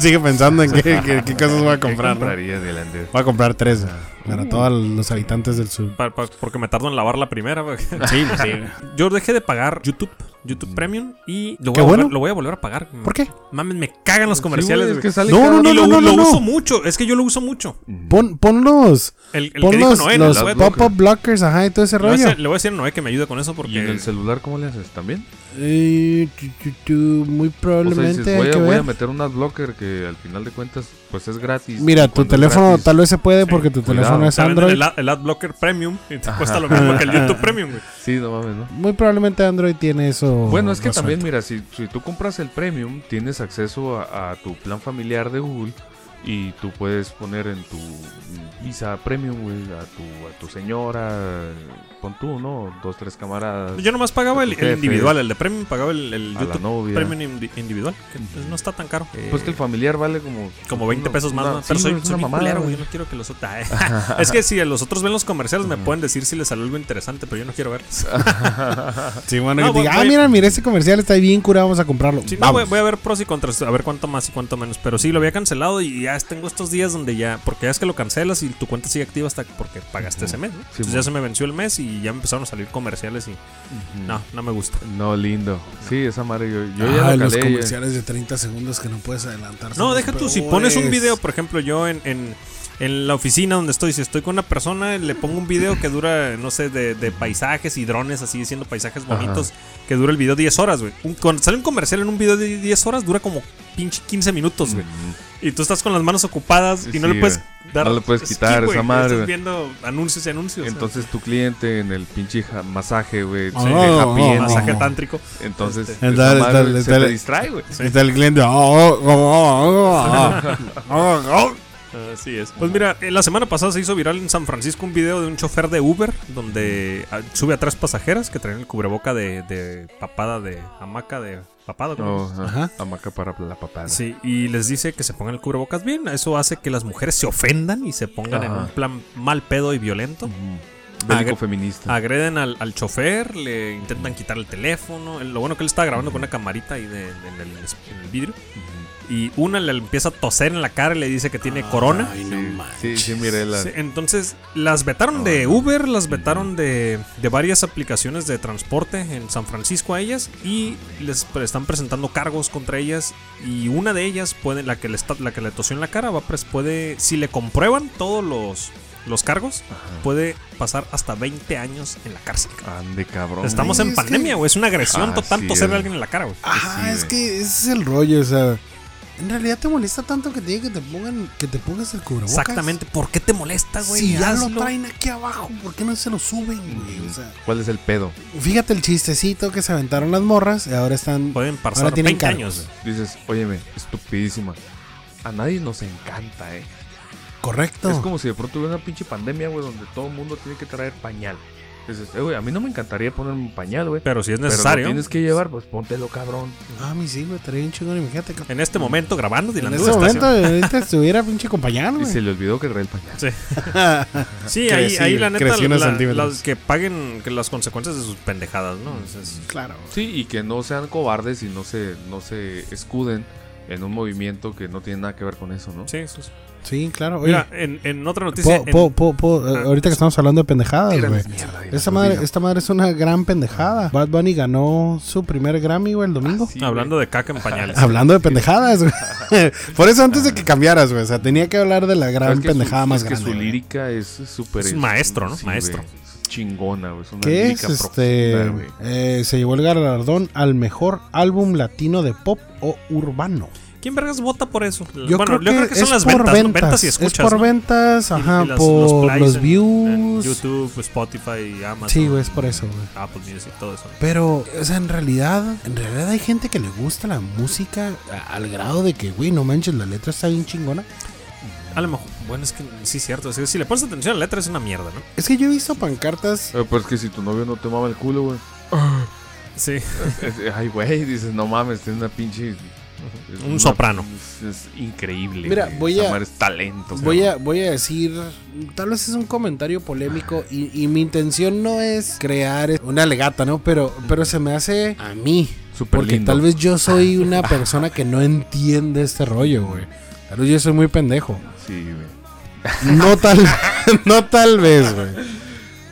Speaker 2: Sigue pensando en qué, qué- qué cosas voy a
Speaker 5: ¿Qué Ah.
Speaker 2: comprar, ¿no?
Speaker 5: compraría Dylan?
Speaker 2: Voy a comprar tres güey, para todos los habitantes del sur.
Speaker 4: Pa- pa- porque me tardo en lavar la primera. güey.
Speaker 2: pues
Speaker 4: Yo dejé de pagar YouTube, YouTube Premium y lo voy,
Speaker 2: Qué
Speaker 4: a volver,
Speaker 2: bueno.
Speaker 4: lo voy a volver a pagar.
Speaker 2: ¿Por qué?
Speaker 4: Mames, me cagan los comerciales.
Speaker 5: es que
Speaker 4: güey.
Speaker 5: sale
Speaker 2: No,
Speaker 5: cada-
Speaker 2: no, no,
Speaker 4: Y lo,
Speaker 2: no, no,
Speaker 4: lo
Speaker 2: no.
Speaker 4: uso mucho, es que yo lo uso mucho.
Speaker 5: Mm.
Speaker 2: Pon, pon los,
Speaker 4: El, el
Speaker 2: pon
Speaker 4: que dijo
Speaker 2: los,
Speaker 4: Noé, no
Speaker 2: los
Speaker 4: lo voy a-
Speaker 5: blog-
Speaker 2: pop-up blockers, ajá, y todo ese
Speaker 4: le voy a
Speaker 2: rollo.
Speaker 4: decir- le voy a decir a Noé que me ayude con eso
Speaker 5: ¿Y en
Speaker 4: porque
Speaker 5: el celular cómo le haces? ¿También?
Speaker 2: Eh, tu, tu, tu, muy
Speaker 5: O sea,
Speaker 2: probablemente
Speaker 5: dices,
Speaker 2: hay
Speaker 5: voy, a,
Speaker 2: que
Speaker 5: voy a
Speaker 2: ver.
Speaker 5: meter un adblocker que al final de cuentas, pues es gratis.
Speaker 2: Mira,
Speaker 5: Y
Speaker 2: tu
Speaker 5: cuando es
Speaker 2: teléfono
Speaker 5: gratis-
Speaker 2: tal vez se puede
Speaker 4: Sí,
Speaker 2: porque tu
Speaker 5: cuidado.
Speaker 2: teléfono es
Speaker 4: te venden
Speaker 2: Android.
Speaker 4: el, ad- el AdBlocker Premium y te cuesta lo mismo que el YouTube Premium. güey.
Speaker 5: Sí, no mames, ¿no?
Speaker 2: Muy probablemente Android tiene eso.
Speaker 5: Bueno, es que
Speaker 2: resuelto.
Speaker 5: también, mira, si, si tú compras el premium, tienes acceso a, a tu plan familiar de Google y tú puedes poner en tu visa premium, güey, a tu, a tu señora, pon tú, ¿no? Dos, tres camaradas.
Speaker 4: Yo nomás pagaba el, el
Speaker 5: Jefe.
Speaker 4: individual, el de Premium, pagaba el, el
Speaker 5: A la
Speaker 4: YouTube
Speaker 5: novia.
Speaker 4: Premium indi- individual, que pues, no está tan caro.
Speaker 5: Pues que el familiar vale como...
Speaker 4: como 20
Speaker 5: una-
Speaker 4: pesos más,
Speaker 5: una-
Speaker 4: ¿no?
Speaker 5: sí,
Speaker 4: pero soy,
Speaker 5: güey, es
Speaker 4: soy
Speaker 5: una
Speaker 4: bien
Speaker 5: mamada,
Speaker 4: culero, güey,
Speaker 5: güey.
Speaker 4: yo no quiero que los otra. es que si los otros ven los comerciales me pueden decir si les salió algo interesante, pero yo no quiero verlos.
Speaker 5: Ah,
Speaker 2: Sí, bueno,
Speaker 4: No,
Speaker 2: que te
Speaker 4: voy-
Speaker 2: diga, ah,
Speaker 4: voy-
Speaker 2: mira, mira, este comercial está bien curado, vamos a comprarlo.
Speaker 4: Sí, no,
Speaker 2: Vamos.
Speaker 4: voy, voy a ver pros y contras, a ver cuánto más y cuánto menos. Pero sí, lo había cancelado y ya tengo estos días donde ya, porque ya es que lo cancelas y tu cuenta sigue activa hasta porque pagaste ese mes. ¿no? Entonces ya
Speaker 5: bueno.
Speaker 4: se me venció el mes y ya empezaron a salir comerciales y no, no me gusta.
Speaker 5: No, lindo. Sí, esa madre yo, yo
Speaker 2: Ah,
Speaker 5: ya la
Speaker 2: los
Speaker 5: calé, ya.
Speaker 2: comerciales de 30 segundos que no puedes adelantar.
Speaker 5: Pues
Speaker 2: son
Speaker 4: No,
Speaker 2: los
Speaker 4: deja tú, si
Speaker 2: peores.
Speaker 4: pones un video, por ejemplo, yo en, en, en la oficina donde estoy, si estoy con una persona, le pongo un video que dura, no sé, de, de paisajes y drones, así diciendo paisajes bonitos, que dura el video 10 horas, güey. Un- Cuando sale un comercial en un video de 10 horas, dura como pinche 15 minutos, güey. Y tú estás con las manos ocupadas y no
Speaker 5: Mm. Sí,
Speaker 4: le puedes
Speaker 5: güey.
Speaker 4: dar.
Speaker 5: No le puedes
Speaker 4: skip,
Speaker 5: quitar
Speaker 4: güey,
Speaker 5: esa madre,
Speaker 4: Estás
Speaker 5: güey.
Speaker 4: viendo anuncios y anuncios.
Speaker 5: Entonces tu cliente en el pinche ja- masaje, güey,
Speaker 2: Oh,
Speaker 5: de
Speaker 2: oh,
Speaker 5: happy
Speaker 2: oh,
Speaker 4: el
Speaker 5: ending.
Speaker 4: Ah, masaje
Speaker 2: no.
Speaker 4: tántrico.
Speaker 5: Entonces,
Speaker 4: Este.
Speaker 5: esa
Speaker 2: Dale,
Speaker 5: madre
Speaker 2: dale,
Speaker 5: se
Speaker 2: dale.
Speaker 5: te distrae, güey.
Speaker 2: Y Está el cliente. "Oh, oh, oh, oh, oh, oh, oh".
Speaker 4: Así es. Pues mira, eh, la semana pasada se hizo viral en San Francisco un video de un chofer de Uber donde ah, sube a tres pasajeras que traen el cubreboca de, de papada de hamaca de papada. ¿cómo
Speaker 5: No,
Speaker 4: es?
Speaker 5: Oh, ajá. Hamaca para la papada.
Speaker 4: Pues, Sí, y les dice que se pongan el cubrebocas bien. Eso hace que las mujeres se ofendan y se pongan en
Speaker 5: Ajá. Mm.
Speaker 4: un plan mal pedo y violento.
Speaker 5: Bélico
Speaker 4: Agre-
Speaker 5: feminista.
Speaker 4: Agreden al, al chofer, le intentan quitar el teléfono. Lo bueno que él estaba grabando con una camarita ahí de- de- en, el, en el vidrio. Y una le empieza a toser en la cara y le dice que tiene corona.
Speaker 2: Ay, no
Speaker 5: Sí,
Speaker 2: manches.
Speaker 5: sí, sí, mire la-
Speaker 4: Sí, entonces las vetaron de Uber, las vetaron de, de varias aplicaciones de transporte en San Francisco a ellas y les pre- están presentando cargos contra ellas y una de ellas puede la que le está, la que le tosió en la cara va pres- puede si le comprueban todos los los cargos puede pasar hasta 20 años en la cárcel. cabrón.
Speaker 5: Ande cabrón.
Speaker 4: Estamos
Speaker 2: Ay,
Speaker 4: en
Speaker 2: es que-
Speaker 4: pandemia, güey, es una agresión
Speaker 5: Ah,
Speaker 4: total
Speaker 5: sí,
Speaker 4: toserle a
Speaker 5: es.
Speaker 4: alguien en la cara, güey.
Speaker 2: Ajá,
Speaker 5: Pues Sí,
Speaker 2: es
Speaker 5: güey.
Speaker 2: que ese es el rollo, o sea. En realidad te molesta tanto que te diga que te pongan, que te pongas el cubrebocas.
Speaker 4: Exactamente, ¿por qué te molesta, güey?
Speaker 2: Si ya lo
Speaker 4: Hazlo.
Speaker 2: traen aquí abajo, ¿por qué no se lo suben, güey? O sea,
Speaker 5: ¿Cuál es el pedo?
Speaker 2: fíjate el chistecito que se aventaron las morras y ahora están.
Speaker 4: Pueden pasar
Speaker 2: ahora tienen
Speaker 4: 20
Speaker 2: cargos.
Speaker 4: años. güey.
Speaker 5: Dices, óyeme, estupidísima. A nadie nos encanta, eh.
Speaker 2: Correcto.
Speaker 5: Es como si de pronto hubiera una pinche pandemia, güey, donde todo el mundo tiene que traer pañal. Dices, eh, güey, a mí no me encantaría ponerme un pañal, güey.
Speaker 4: Pero si es
Speaker 5: Pero lo
Speaker 4: necesario.
Speaker 5: tienes que llevar, pues póntelo, cabrón.
Speaker 2: Ah, mi sí, güey, estaría bien chingón. Imagínate que.
Speaker 4: En este momento grabando
Speaker 2: En
Speaker 4: Dylan
Speaker 2: ese
Speaker 4: Duda está
Speaker 2: momento, ahorita estuviera pinche compañero,
Speaker 5: Y
Speaker 2: güey.
Speaker 5: se le olvidó que trae el pañal.
Speaker 4: haciendo- Sí,
Speaker 2: Crecí,
Speaker 4: ahí, ahí la neta
Speaker 2: crecí unos
Speaker 4: la-
Speaker 2: centímetros.
Speaker 4: las que paguen que las consecuencias de sus pendejadas, ¿no? Es- es-
Speaker 2: Claro.
Speaker 5: Sí, y que no sean cobardes y no se, no se escuden en un movimiento que no tiene nada que ver con eso, ¿no?
Speaker 4: Sí, eso sí.
Speaker 2: Sí, claro. Oye,
Speaker 4: Mira, en, en otra noticia.
Speaker 2: po- po-
Speaker 4: en-
Speaker 2: po- po- eh,
Speaker 4: Ah,
Speaker 2: ahorita que estamos hablando de pendejadas,
Speaker 5: Tira
Speaker 2: güey.
Speaker 5: las mierdas y
Speaker 2: Esta
Speaker 5: las
Speaker 2: madre,
Speaker 5: olvida.
Speaker 2: esta madre es una gran pendejada. Bad Bunny ganó su primer Grammy, güey, el domingo.
Speaker 5: Sí,
Speaker 4: hablando de caca en pañales.
Speaker 2: Hablando de pendejadas, güey. Por eso antes de que cambiaras, güey. O sea, tenía que hablar de la gran
Speaker 5: ¿Sabes que su-
Speaker 2: pendejada más
Speaker 5: es que
Speaker 2: grande.
Speaker 5: su
Speaker 2: güey.
Speaker 5: lírica es súper.
Speaker 4: Es un maestro, ¿no?
Speaker 5: sí,
Speaker 4: Maestro.
Speaker 5: güey, es chingona, güey. Es una
Speaker 2: que es
Speaker 5: lírica
Speaker 2: este
Speaker 5: profunda, güey.
Speaker 2: eh, se llevó el galardón al mejor álbum latino de pop o urbano.
Speaker 4: ¿Quién vergas vota por eso? bueno, yo creo que son
Speaker 2: es
Speaker 4: las
Speaker 2: por
Speaker 4: ventas, ¿no? ventas y escuchas.
Speaker 2: es por
Speaker 4: ¿no?
Speaker 2: ventas,
Speaker 4: Y- y
Speaker 2: ajá,
Speaker 4: las-
Speaker 2: por
Speaker 4: plays
Speaker 2: los
Speaker 4: en- en
Speaker 2: views.
Speaker 4: YouTube, Spotify, Amazon. Ah,
Speaker 2: sí, güey, es por eso, güey.
Speaker 4: Apple Music, todo eso.
Speaker 2: Pero, o sea, en realidad, en realidad hay gente que le gusta la música a- al grado de que, güey, no manches, la letra está bien chingona.
Speaker 4: A lo mejor, bueno, es que sí, cierto. es que si le pones atención a la letra, es una mierda, ¿no?
Speaker 2: Es que yo he visto pancartas.
Speaker 5: Eh, Pero es que si tu novio no te mama el culo, güey.
Speaker 4: Sí.
Speaker 5: Es- es- Ay, güey, dices, no mames, tiene una pinche. es
Speaker 4: Un soprano.
Speaker 5: Es, es increíble.
Speaker 2: Mira,
Speaker 5: güey.
Speaker 2: voy
Speaker 5: Esa
Speaker 2: a-
Speaker 5: madre es talento.
Speaker 2: Voy
Speaker 5: cabrón.
Speaker 2: a, voy a decir, tal vez es un comentario polémico y, y mi intención no es crear una legata, ¿no? Pero, pero se me hace a mí.
Speaker 5: Súper
Speaker 2: Porque
Speaker 5: lindo.
Speaker 2: tal vez yo soy una persona que no entiende este rollo, güey. Tal vez yo soy muy pendejo.
Speaker 5: Sí, güey.
Speaker 2: No tal, no tal vez, güey.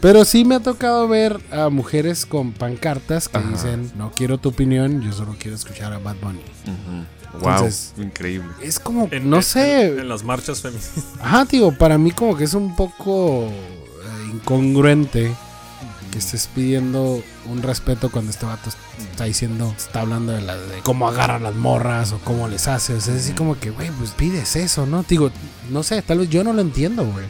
Speaker 2: Pero sí me ha tocado ver a mujeres con pancartas que
Speaker 5: Ajá.
Speaker 2: dicen, no quiero tu opinión, yo solo quiero escuchar a Bad Bunny.
Speaker 5: Ujú.
Speaker 2: Entonces-
Speaker 5: wow, increíble.
Speaker 2: Es como,
Speaker 4: En-
Speaker 2: no
Speaker 4: en-
Speaker 2: sé,
Speaker 4: En, en las marchas feministas.
Speaker 2: Ajá, tío, para mí como que es un poco eh, incongruente que estés pidiendo un respeto cuando este vato está diciendo, está hablando de, la- de cómo agarran las morras o cómo les hace. O sea, es así como que, güey, pues pides eso, ¿no? Digo, no sé, tal vez yo no lo entiendo, güey.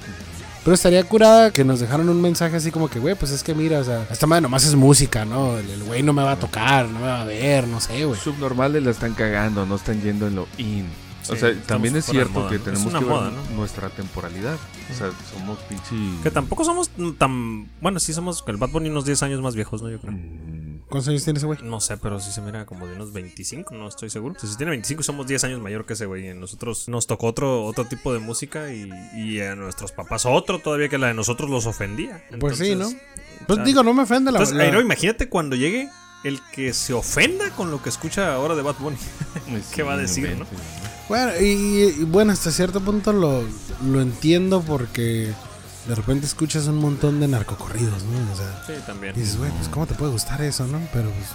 Speaker 2: Pero estaría curada que nos dejaran un mensaje así como que, güey, pues es que mira, o sea, esta madre nomás es música, ¿no? El el güey no me va a tocar, no me va a ver, no sé,
Speaker 4: Pues.
Speaker 2: güey.
Speaker 5: Subnormales la están cagando, no están yendo en lo in. o
Speaker 4: Sí,
Speaker 5: sea,
Speaker 4: estamos
Speaker 5: también es
Speaker 4: fuera de
Speaker 5: cierto
Speaker 4: moda,
Speaker 5: que
Speaker 4: ¿no? Es
Speaker 5: tenemos
Speaker 4: una
Speaker 5: que
Speaker 4: moda,
Speaker 5: ver
Speaker 4: ¿no?
Speaker 5: nuestra temporalidad. O sea, somos pinche.
Speaker 4: Que tampoco somos tan. Bueno, sí somos. El Bad Bunny unos 10 años más viejos, ¿no? Yo creo.
Speaker 5: Mm,
Speaker 2: ¿Cuántos años tiene ese güey?
Speaker 4: No sé, pero sí se mira como de unos 25, no estoy seguro. O sea, si tiene 25, somos 10 años mayor que ese güey. Y Nosotros nos tocó otro, otro tipo de música y, y a nuestros papás otro todavía que la de nosotros los ofendía.
Speaker 2: Pues sí,
Speaker 4: Entonces,
Speaker 2: Pues
Speaker 4: tal.
Speaker 2: digo, no me ofende la,
Speaker 4: Entonces,
Speaker 2: la-
Speaker 4: Airo, imagínate cuando llegue el que se ofenda con lo que escucha ahora de Bad Bunny. ¿Qué va a decir, no?
Speaker 5: inventes,
Speaker 2: Bueno, y, y bueno, hasta cierto punto lo, lo entiendo porque de repente escuchas un montón de narcocorridos, ¿no? O sea,
Speaker 4: Sí, también.
Speaker 2: dices, güey, pues cómo te puede gustar eso, ¿no? Pero pues,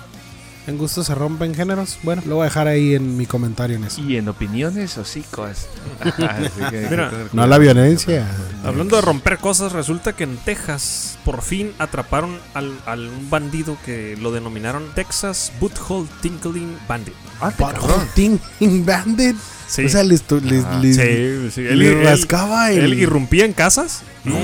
Speaker 2: en gusto se rompen géneros. Bueno, lo voy a dejar ahí en mi comentario en eso.
Speaker 5: Y en opiniones, hocicos. Así que hay que
Speaker 4: Mira,
Speaker 5: tener
Speaker 2: No a
Speaker 5: cuidado.
Speaker 2: la violencia.
Speaker 4: Hablando de romper cosas, resulta que en Texas por fin atraparon al, al un bandido que lo denominaron Texas Butthole Tinkling Bandit.
Speaker 5: Ah, te
Speaker 2: Butthole
Speaker 5: cabrón.
Speaker 2: Tinking Bandit.
Speaker 4: Sí.
Speaker 2: O sea, les, tu- les,
Speaker 5: Ah,
Speaker 2: les-
Speaker 4: Sí, sí,
Speaker 2: le rascaba el-
Speaker 4: él irrumpía en casas.
Speaker 2: No.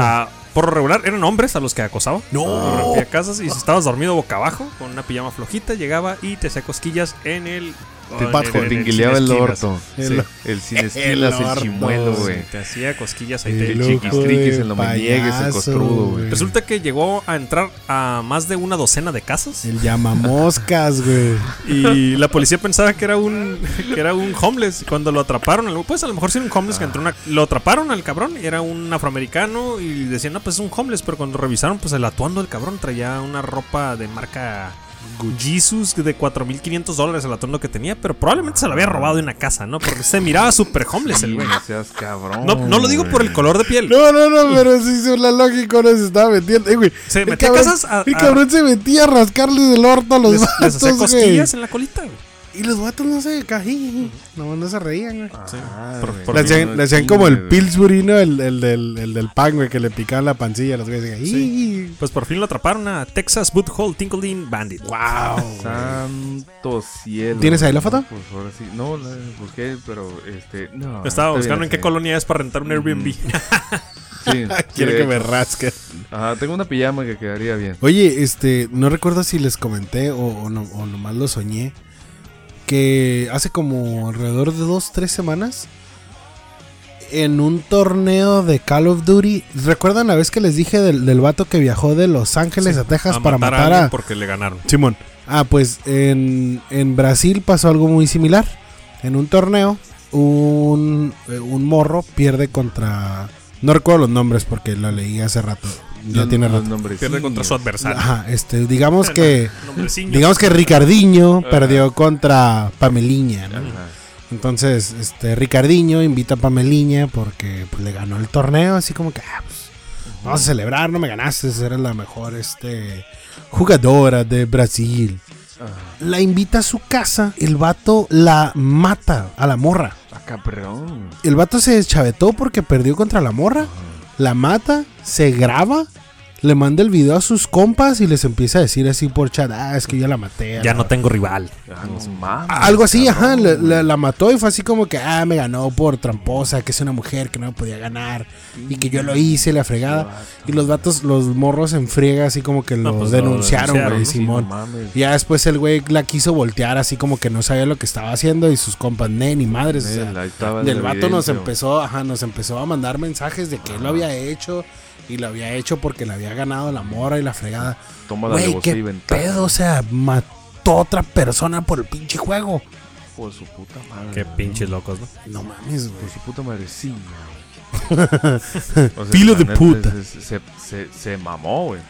Speaker 4: Ah, por lo regular eran hombres a los que acosaba.
Speaker 2: no.
Speaker 4: Irrumpía en casas y si estabas dormido boca abajo con una pijama flojita llegaba y te hacía cosquillas en el
Speaker 5: Te-
Speaker 4: en
Speaker 5: te
Speaker 4: en
Speaker 5: tingueleaba el
Speaker 4: sin
Speaker 5: orto.
Speaker 4: esquinas. Sí.
Speaker 2: El-
Speaker 5: El sin esquilas, el
Speaker 2: orto,
Speaker 5: chimuelo,
Speaker 2: sí.
Speaker 5: güey.
Speaker 4: Te hacía cosquillas ahí te
Speaker 2: El
Speaker 5: chiquis,
Speaker 2: ojo de
Speaker 5: triquis, el no me niegues, el
Speaker 2: payaso,
Speaker 5: costrudo, güey.
Speaker 4: Resulta que llegó a entrar a más de una docena de casas
Speaker 2: El llamamoscas, güey.
Speaker 4: y la policía pensaba que era un que era un homeless cuando lo atraparon al- pues a lo mejor sí era un homeless que entró una, lo atraparon al cabrón era un afroamericano y decían no pues es un homeless pero cuando revisaron pues el atuendo del cabrón traía una ropa de marca Jesus de 4.500 dólares el atuendo que tenía pero probablemente se lo había robado de una casa no porque se miraba súper homeless el
Speaker 5: Sí,
Speaker 4: güey
Speaker 5: no seas cabrón.
Speaker 4: no, no lo digo por el
Speaker 5: güey.
Speaker 4: color de piel
Speaker 2: No, no, no, pero sí suena lógico, no se estaba metiendo. Eh, güey,
Speaker 4: Se
Speaker 2: el
Speaker 4: metía a
Speaker 2: cabrón,
Speaker 4: casas a-
Speaker 2: el
Speaker 4: a-
Speaker 2: cabrón se metía a rascarles el orto a los
Speaker 4: les, les hacía
Speaker 2: vatos, güey.
Speaker 4: cosquillas en la colita güey.
Speaker 2: Y los vatos no se cajían, no, no se reían, güey.
Speaker 4: Sí.
Speaker 5: Ah,
Speaker 4: Por-
Speaker 5: güey.
Speaker 4: por
Speaker 2: Le
Speaker 4: mí no
Speaker 2: hacían,
Speaker 5: es
Speaker 2: le hacían como el
Speaker 5: chingüe, güey.
Speaker 2: Pillsbury, ¿no? El, el del, el del pan, güey, que le picaban la pancilla a los güeyes. así, "Ih".
Speaker 4: Pues por fin lo atraparon a Texas Butthole Tinkling Bandit.
Speaker 5: Ah,
Speaker 2: ¡Wow!
Speaker 5: Santo cielo.
Speaker 2: ¿Tienes ahí la foto?
Speaker 5: No, Pues ahora sí. No, la busqué, pero este. No.
Speaker 4: Estaba
Speaker 5: está
Speaker 4: buscando
Speaker 5: bien
Speaker 4: en qué
Speaker 5: así.
Speaker 4: colonia es para rentar un Airbnb.
Speaker 2: Mm.
Speaker 5: Sí,
Speaker 2: Quiero
Speaker 5: sí,
Speaker 2: que
Speaker 5: de
Speaker 2: me
Speaker 5: hecho.
Speaker 2: rasque.
Speaker 5: Ajá, tengo una pijama que quedaría bien.
Speaker 2: Oye, este, no recuerdo si les comenté o, o no- o nomás lo soñé. Que hace como alrededor de dos, tres semanas. En un torneo de Call of Duty. ¿Recuerdan la vez que les dije del, del vato que viajó de Los Ángeles a Texas para
Speaker 4: a
Speaker 2: matar
Speaker 4: alguien
Speaker 2: a.
Speaker 4: porque le ganaron.
Speaker 2: Simón. Ah, pues en, en Brasil pasó algo muy similar. En un torneo, un, eh, un morro pierde contra. No recuerdo los nombres porque lo leí hace rato. Ya
Speaker 5: No,
Speaker 2: tiene
Speaker 5: no,
Speaker 2: rato.
Speaker 5: nombres.
Speaker 4: Pierde
Speaker 5: Sí,
Speaker 4: contra su
Speaker 5: güey.
Speaker 4: adversario.
Speaker 2: Ajá, este, digamos que.
Speaker 4: Nombreciños.
Speaker 2: Digamos que Ricardiño perdió contra Pameliña, ¿no?
Speaker 5: Ajá.
Speaker 2: Entonces, este, Ricardiño invita a Pameliña porque pues, le ganó el torneo, así como que, ah, pues, vamos a celebrar, no me ganaste, eres la mejor este, jugadora de Brasil. La invita a su casa, el vato la mata a la morra.
Speaker 5: Ah, cabrón.
Speaker 2: El vato se deschavetó porque perdió contra la morra, la mata, se graba. Le manda el video a sus compas y les empieza a decir así por chat, ah, es que yo la maté. a
Speaker 4: Ya
Speaker 2: la
Speaker 4: no tengo rival.
Speaker 5: Ah, no mames.
Speaker 2: algo así, ajá, la, la- la mató y fue así como que, ah, me ganó por tramposa, que es una mujer que no me podía ganar y que yo lo hice, la fregada. Y los vatos, los morros en friega, así como que lo
Speaker 4: pues, lo
Speaker 2: denunciaron,
Speaker 4: denunciaron,
Speaker 2: güey,
Speaker 4: ¿no?
Speaker 5: Sí, no
Speaker 2: Simón.
Speaker 5: mames.
Speaker 2: Y ya después el güey la quiso voltear, así como que no sabía lo que estaba haciendo y sus compas, ne, ni madres. o sea,
Speaker 5: Nel, ahí estaba
Speaker 2: del
Speaker 5: la
Speaker 2: vato nos
Speaker 5: evidencia, Ah.
Speaker 2: empezó, ajá, nos empezó a mandar mensajes de que él lo había hecho y lo había hecho porque le había ganado la mora y la fregada.
Speaker 5: Toma la
Speaker 2: Güey,
Speaker 5: alevosía y
Speaker 2: qué
Speaker 5: ventaja.
Speaker 2: pedo, o sea, mató a otra persona por el pinche juego.
Speaker 5: Por su puta madre.
Speaker 4: Qué pinches locos, ¿no?
Speaker 2: No mames,
Speaker 5: Por
Speaker 2: güey.
Speaker 5: su puta madre, sí, güey. O sea,
Speaker 2: Filo
Speaker 5: la
Speaker 2: de
Speaker 5: neta,
Speaker 2: puta.
Speaker 5: Se, se, se- se mamó, güey.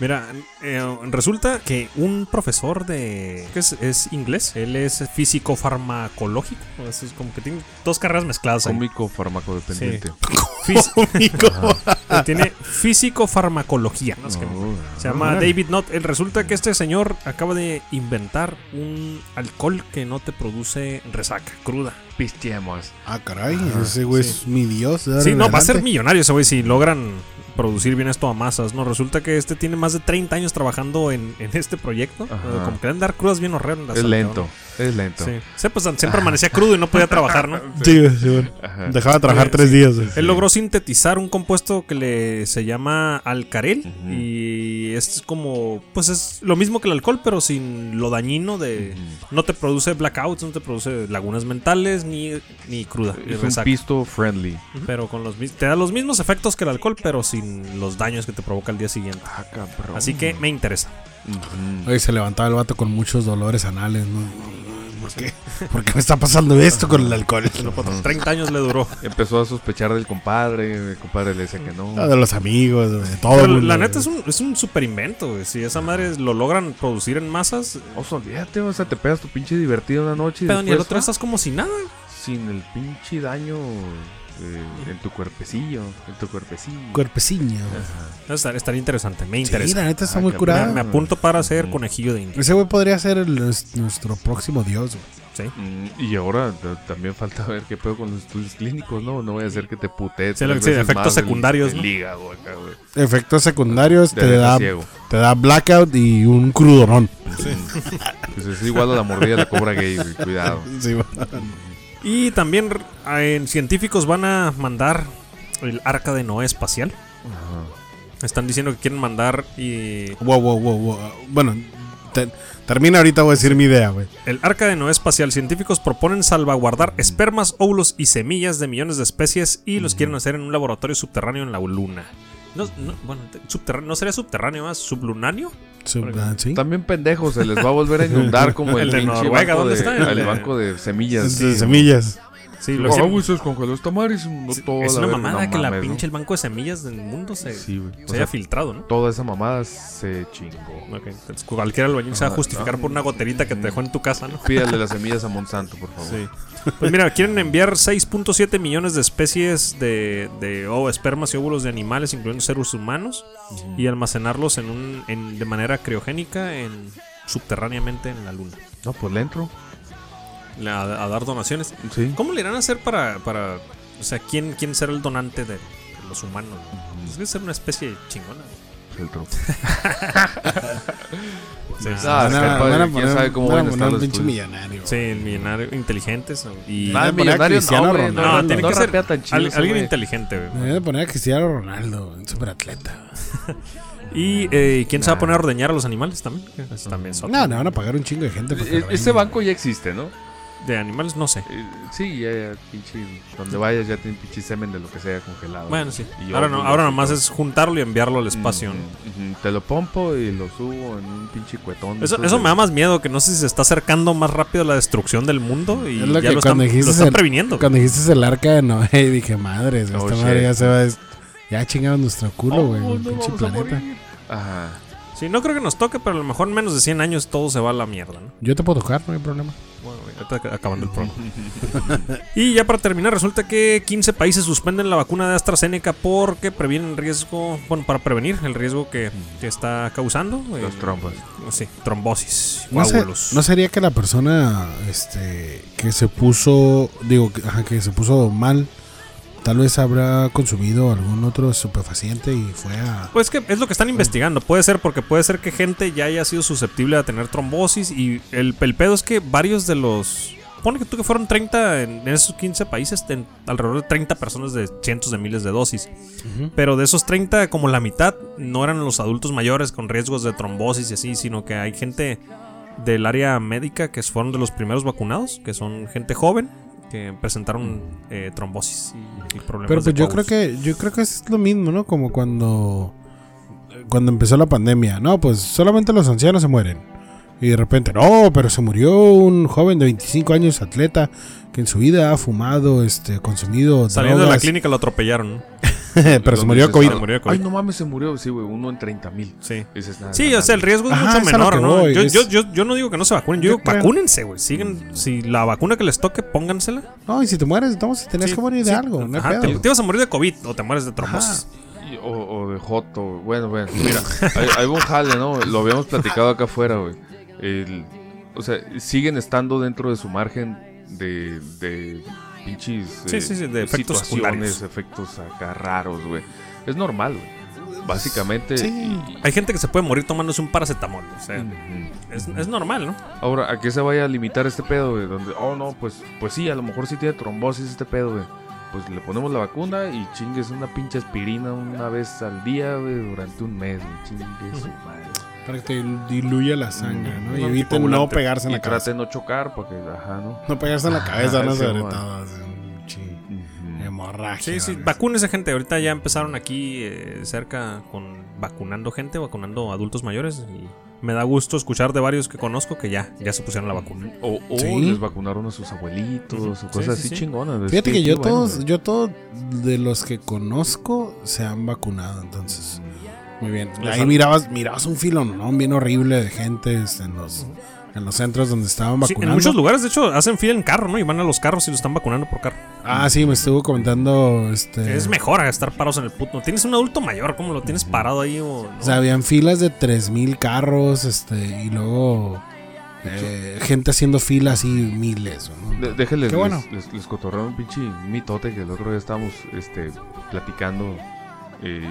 Speaker 4: Mira, eh, resulta que un profesor de... que es, es inglés, él es físico farmacológico, eso es como que tiene dos carreras mezcladas. ahí.
Speaker 5: Cómico farmacodependiente.
Speaker 4: Fis- Ajá. tiene físico farmacología. ¿no? Es que-
Speaker 5: Oh,
Speaker 4: se llama David Knott. El resulta que este señor acaba de inventar un alcohol que no te produce resaca, cruda.
Speaker 5: Pisteamos.
Speaker 2: Ah, caray. ese güey es mi dios. de ahora
Speaker 4: Sí,
Speaker 2: en
Speaker 4: no, va a ser
Speaker 2: adelante.
Speaker 4: millonario ese güey si logran producir bien esto a masas, ¿no? Resulta que este tiene más de 30 años trabajando en, en este proyecto.
Speaker 5: Ajá.
Speaker 4: Como que le han dar crudas bien horrendas.
Speaker 5: Es
Speaker 4: al
Speaker 5: lento,
Speaker 4: cabrón.
Speaker 5: es lento.
Speaker 4: Sí. Sí, pues siempre amanecía crudo y no podía trabajar, ¿no?
Speaker 2: Sí, sí, güey.
Speaker 5: Ajá.
Speaker 2: Dejaba de trabajar
Speaker 4: Sí,
Speaker 2: tres días. güey.
Speaker 4: Él logró sintetizar un compuesto que le se llama alcarel
Speaker 5: Ujú.
Speaker 4: y es como pues es lo mismo que el alcohol pero sin lo dañino de
Speaker 5: Ujú.
Speaker 4: no te produce blackouts, no te produce lagunas mentales ni ni cruda, ni
Speaker 5: Es un
Speaker 4: resaca.
Speaker 5: pisto friendly.
Speaker 4: pero con los mis- te da los mismos efectos que el alcohol pero sin los daños que te provoca el día siguiente.
Speaker 5: Ah, cabrón.
Speaker 4: Así que me interesa.
Speaker 5: Ujú.
Speaker 2: Oye, se levantaba el vato con muchos dolores anales, ¿no? ¿Por qué? pues, ¿Por qué me está pasando esto con el alcohol?
Speaker 4: Otros 30 años le duró.
Speaker 5: Empezó a sospechar del compadre. El compadre le decía que no.
Speaker 2: Ah, De los amigos, de todo.
Speaker 4: Pero
Speaker 2: el mundo,
Speaker 4: la
Speaker 2: güey.
Speaker 4: neta es un, es un super invento, güey. Si esa madre lo logran producir en masas,
Speaker 5: Oso, olvídate, o sea, te pegas tu pinche divertido una noche y
Speaker 4: pero ni el
Speaker 5: después,
Speaker 4: otro
Speaker 5: ah,
Speaker 4: estás como si nada.
Speaker 5: sin el pinche daño eh, en tu cuerpecillo, en tu cuerpecillo.
Speaker 2: Cuerpeciño.
Speaker 4: Estar- Estaría interesante, me interesa.
Speaker 2: Sí, la neta está
Speaker 5: Ah,
Speaker 2: muy
Speaker 5: cabrón.
Speaker 4: Me,
Speaker 2: curada.
Speaker 4: me apunto para ser conejillo de indio.
Speaker 2: Ese güey podría ser el- es- nuestro próximo dios, güey.
Speaker 4: Sí.
Speaker 5: Mm, y ahora t- también falta ver qué pedo con los estudios clínicos, ¿no? No voy a hacer que te putees.
Speaker 4: Sí, lo- sí, efectos secundarios,
Speaker 5: El,
Speaker 4: ¿no?
Speaker 5: el hígado acá, güey.
Speaker 2: Efectos secundarios
Speaker 5: Te
Speaker 2: te,
Speaker 5: deja
Speaker 2: da,
Speaker 5: ciego.
Speaker 2: te da blackout y un crudorón.
Speaker 5: Pues es igual a la mordida de la cobra gay, güey. Cuidado.
Speaker 2: Sí, güey.
Speaker 4: Y también r- en científicos van a mandar el arca de Noé espacial. Están diciendo que quieren mandar y
Speaker 2: Wow, wow, wow, wow. Bueno, te- termina ahorita, voy a decir mi idea, güey.
Speaker 4: el arca de Noé espacial. Científicos proponen salvaguardar espermas, óvulos y semillas de millones de especies y los quieren hacer en un laboratorio subterráneo en la luna. No, no, bueno, te- subterrá- no sería subterráneo, ah, más sublunáneo.
Speaker 2: Sub- ah, sí.
Speaker 5: También pendejos, se les va a volver a inundar como el,
Speaker 4: El de
Speaker 5: pinche
Speaker 4: Noruega,
Speaker 5: banco
Speaker 4: ¿dónde
Speaker 5: de-
Speaker 4: está? El
Speaker 5: El
Speaker 4: de-
Speaker 5: banco de semillas.
Speaker 2: De semillas.
Speaker 4: Sí,
Speaker 5: Ah, güey, se descongeló esta madre y se inundó toda
Speaker 4: es
Speaker 5: la
Speaker 4: una
Speaker 5: verga.
Speaker 4: mamada
Speaker 5: No
Speaker 4: que la
Speaker 5: mames, ¿no?
Speaker 4: pinche el banco de semillas del mundo se,
Speaker 5: Sí, güey. O
Speaker 4: se
Speaker 5: sea,
Speaker 4: haya filtrado, ¿no?
Speaker 5: Toda esa mamada se chingó.
Speaker 4: Ok, entonces cualquier albañil se va a justificar por una goterita que te dejó en tu casa, ¿no?
Speaker 5: Pídale las semillas a Monsanto, por favor.
Speaker 4: Pues mira, quieren enviar 6.7 millones de especies de, de oh, espermas y óvulos de animales, incluyendo seres humanos, y almacenarlos en un, en- de manera criogénica en, subterráneamente en la luna.
Speaker 5: No, pues le entro. Mm,
Speaker 4: La- A, dar donaciones.
Speaker 5: Sí.
Speaker 4: ¿Cómo le irán a hacer para... para o sea, ¿quién, quién será el donante de los humanos? Es que ser una especie chingona.
Speaker 5: Pues le entro.
Speaker 4: Sí,
Speaker 5: Ah,
Speaker 2: Van a-
Speaker 5: es que el padre,
Speaker 2: van a
Speaker 5: quién
Speaker 2: poner-
Speaker 5: sabe cómo
Speaker 2: van a
Speaker 5: van a estar
Speaker 2: poner un
Speaker 5: los
Speaker 2: pinche
Speaker 5: estudios.
Speaker 2: millonario.
Speaker 4: sí, el millonario, inteligentes. ¿no?
Speaker 2: Van
Speaker 4: Y,
Speaker 5: Nada,
Speaker 2: a poner a
Speaker 5: millonario
Speaker 2: Cristiano
Speaker 5: no, güey,
Speaker 2: Ronaldo.
Speaker 4: no, tiene que ser
Speaker 5: rapea tan chido
Speaker 4: al-
Speaker 5: ese
Speaker 4: alguien
Speaker 5: güey.
Speaker 4: inteligente. güey.
Speaker 2: Deberían de poner a Cristiano Ronaldo, un superatleta.
Speaker 4: Y eh, quién se va a poner a ordeñar a los animales también. Es también son.
Speaker 2: No, no, van a pagar un chingo de gente. para que
Speaker 5: E-
Speaker 2: lo
Speaker 5: Ese
Speaker 2: venga.
Speaker 5: banco ya existe, ¿no?
Speaker 4: De animales no sé.
Speaker 5: Eh, Sí, ya, ya, pinche. Donde vayas ya tiene pinche semen de lo que sea congelado.
Speaker 4: Bueno, sí.
Speaker 5: Y
Speaker 4: Ahora, no,
Speaker 5: óvulos
Speaker 4: ahora
Speaker 5: y
Speaker 4: nomás
Speaker 5: todo.
Speaker 4: es juntarlo y enviarlo
Speaker 5: Mm.
Speaker 4: al espacio. ¿no?
Speaker 5: Ujú, ujú. Te lo pompo y lo subo en un pinche cuetón. de
Speaker 4: Eso,
Speaker 5: esos
Speaker 4: eso
Speaker 5: de-
Speaker 4: me da más miedo, que no sé si se está acercando más rápido la destrucción del mundo y
Speaker 2: Es lo
Speaker 4: ya
Speaker 2: que cuando
Speaker 4: lo están, lo
Speaker 2: dijiste
Speaker 4: están
Speaker 2: el-
Speaker 4: previniendo.
Speaker 2: Cuando dijiste el arca de Noé, dije, madres,
Speaker 5: Oh,
Speaker 2: esta madre
Speaker 5: shit.
Speaker 2: ya se va a des- Ya chingaron nuestro culo, güey.
Speaker 5: Oh,
Speaker 2: el
Speaker 5: no
Speaker 2: pinche
Speaker 5: vamos a
Speaker 2: planeta.
Speaker 5: morir. Ajá.
Speaker 4: Sí, no creo que nos toque, pero a lo mejor en menos de 100 años todo se va a la mierda, ¿no?
Speaker 2: Yo te puedo tocar, no hay problema.
Speaker 4: Bueno, güey, ahorita ac- acabando el programa. y ya para terminar, resulta que 15 países suspenden la vacuna de AstraZeneca porque previenen el riesgo, bueno, para prevenir el riesgo que, que está causando.
Speaker 5: Los
Speaker 4: eh,
Speaker 5: trompas.
Speaker 4: Sí, trombosis,
Speaker 2: No, sé-
Speaker 4: coágulos.
Speaker 2: ¿no sería que la persona este, que se puso, digo, que- ajá, que se puso mal, tal vez habrá consumido algún otro estupefaciente y fue a...
Speaker 4: Pues que es lo que están investigando. Puede ser porque puede ser que gente ya haya sido susceptible a tener trombosis y el, el pedo es que varios de los... Pone que tú que fueron 30 en, en esos 15 países, ten- alrededor de 30 personas de cientos de miles de dosis. Pero de esos 30, como la mitad no eran los adultos mayores con riesgos de trombosis y así, sino que hay gente del área médica que fueron de los primeros vacunados, que son gente joven que presentaron eh, trombosis y, y problemas.
Speaker 2: Mm. Pero
Speaker 4: de
Speaker 2: pues yo creo
Speaker 4: coágulos.
Speaker 2: que yo creo que es lo mismo, ¿no? Como cuando cuando empezó la pandemia, no, pues solamente los ancianos se mueren. Y de repente, no, pero se murió un joven de 25 años atleta que en su vida ha fumado, este, consumido
Speaker 4: Saliendo de la
Speaker 2: drogas,
Speaker 4: clínica lo atropellaron. ¿no?
Speaker 2: pero se murió de COVID.
Speaker 4: Se murió de COVID.
Speaker 5: Ay, no mames, se murió. Sí, güey, uno en 30 mil.
Speaker 4: Sí.
Speaker 5: Dices, nada,
Speaker 4: Sí,
Speaker 5: nada,
Speaker 4: o sea, el
Speaker 5: nada.
Speaker 4: riesgo es
Speaker 2: Ajá,
Speaker 4: mucho
Speaker 2: es a lo
Speaker 4: menor,
Speaker 2: que
Speaker 4: ¿no?
Speaker 2: voy,
Speaker 4: Yo,
Speaker 2: es-
Speaker 4: yo, yo, yo no digo que no se vacunen, yo,
Speaker 2: Yo
Speaker 4: digo
Speaker 2: creo-
Speaker 4: vacúnense, güey. Sigan, si la vacuna que les toque, póngansela.
Speaker 2: No, y si te mueres, entonces tenías
Speaker 4: Sí,
Speaker 2: que morir de
Speaker 4: sí.
Speaker 2: algo, no hay
Speaker 4: Ajá,
Speaker 2: pedo.
Speaker 4: te, te ibas a morir de COVID o te mueres de trombosis.
Speaker 5: Y- O, o de Joto, güey. bueno, bueno, mira, hay, hay un jale, ¿no? Lo habíamos platicado acá afuera, güey. El- o sea, siguen estando dentro de su margen de, de pinches eh,
Speaker 4: Sí, sí, sí, de efectos
Speaker 5: situaciones,
Speaker 4: secundarios.
Speaker 5: efectos acá raros, güey. Es normal, güey. Básicamente.
Speaker 2: Sí.
Speaker 5: y-
Speaker 4: Hay gente que se puede morir tomándose un paracetamol, o sea,
Speaker 2: Mm.
Speaker 5: Ujú.
Speaker 4: es, es normal, ¿no?
Speaker 5: Ahora, ¿a qué se vaya a limitar este pedo, güey? Donde, oh, no, pues, pues sí, a lo mejor sí tiene trombosis este pedo, güey. Pues le ponemos la vacuna y chingues una pinche aspirina una vez al día, güey, durante un mes, güey. Chingues su madre.
Speaker 2: Para que te diluya la sangre, ¿no? Y eviten
Speaker 4: Un
Speaker 2: no
Speaker 4: anticoagulante. Ah,
Speaker 2: pegarse en
Speaker 5: Y
Speaker 2: la cabeza.
Speaker 5: trate de no chocar porque, ajá, ¿no?
Speaker 2: No pegarse en la cabeza,
Speaker 5: Ajá,
Speaker 2: no
Speaker 5: sí,
Speaker 2: sobre
Speaker 5: bueno.
Speaker 2: todo. así, un chi- Hemorragia.
Speaker 4: Sí, sí,
Speaker 2: ¿no?
Speaker 4: vacúnense, gente. Ahorita ya empezaron aquí eh, cerca con vacunando gente, vacunando adultos mayores. Y me da gusto escuchar de varios que conozco que ya, ya se pusieron la vacuna.
Speaker 5: O, o
Speaker 2: Sí.
Speaker 5: les vacunaron a sus abuelitos
Speaker 4: Ujú.
Speaker 5: o cosas
Speaker 4: Sí, sí,
Speaker 5: así
Speaker 4: sí.
Speaker 5: chingonas. güey.
Speaker 2: Fíjate
Speaker 5: Qué-
Speaker 2: que
Speaker 5: qué
Speaker 2: yo
Speaker 5: bueno,
Speaker 2: todos,
Speaker 5: güey.
Speaker 2: yo todos de los que conozco se han vacunado, entonces. Muy bien. Ahí
Speaker 4: sal-
Speaker 2: mirabas, mirabas un filón, ¿no? Bien horrible de gente este, en los en los centros donde estaban
Speaker 4: Sí,
Speaker 2: vacunando.
Speaker 4: en muchos lugares, de hecho, hacen fila en carro, ¿no? Y van a los carros y los están vacunando por carro.
Speaker 2: Ah, sí, me estuvo comentando este.
Speaker 4: Es mejor a estar parados en el puto. Tienes un adulto mayor, ¿cómo lo tienes parado ahí? O, no?
Speaker 2: O sea, habían filas de 3000 carros, este, y luego eh, gente haciendo filas y miles. ¿no?
Speaker 5: De- déjenles,
Speaker 2: Qué bueno.
Speaker 5: les, les, les cotorrearon un pinche mitote que el otro día estábamos este, platicando. eh,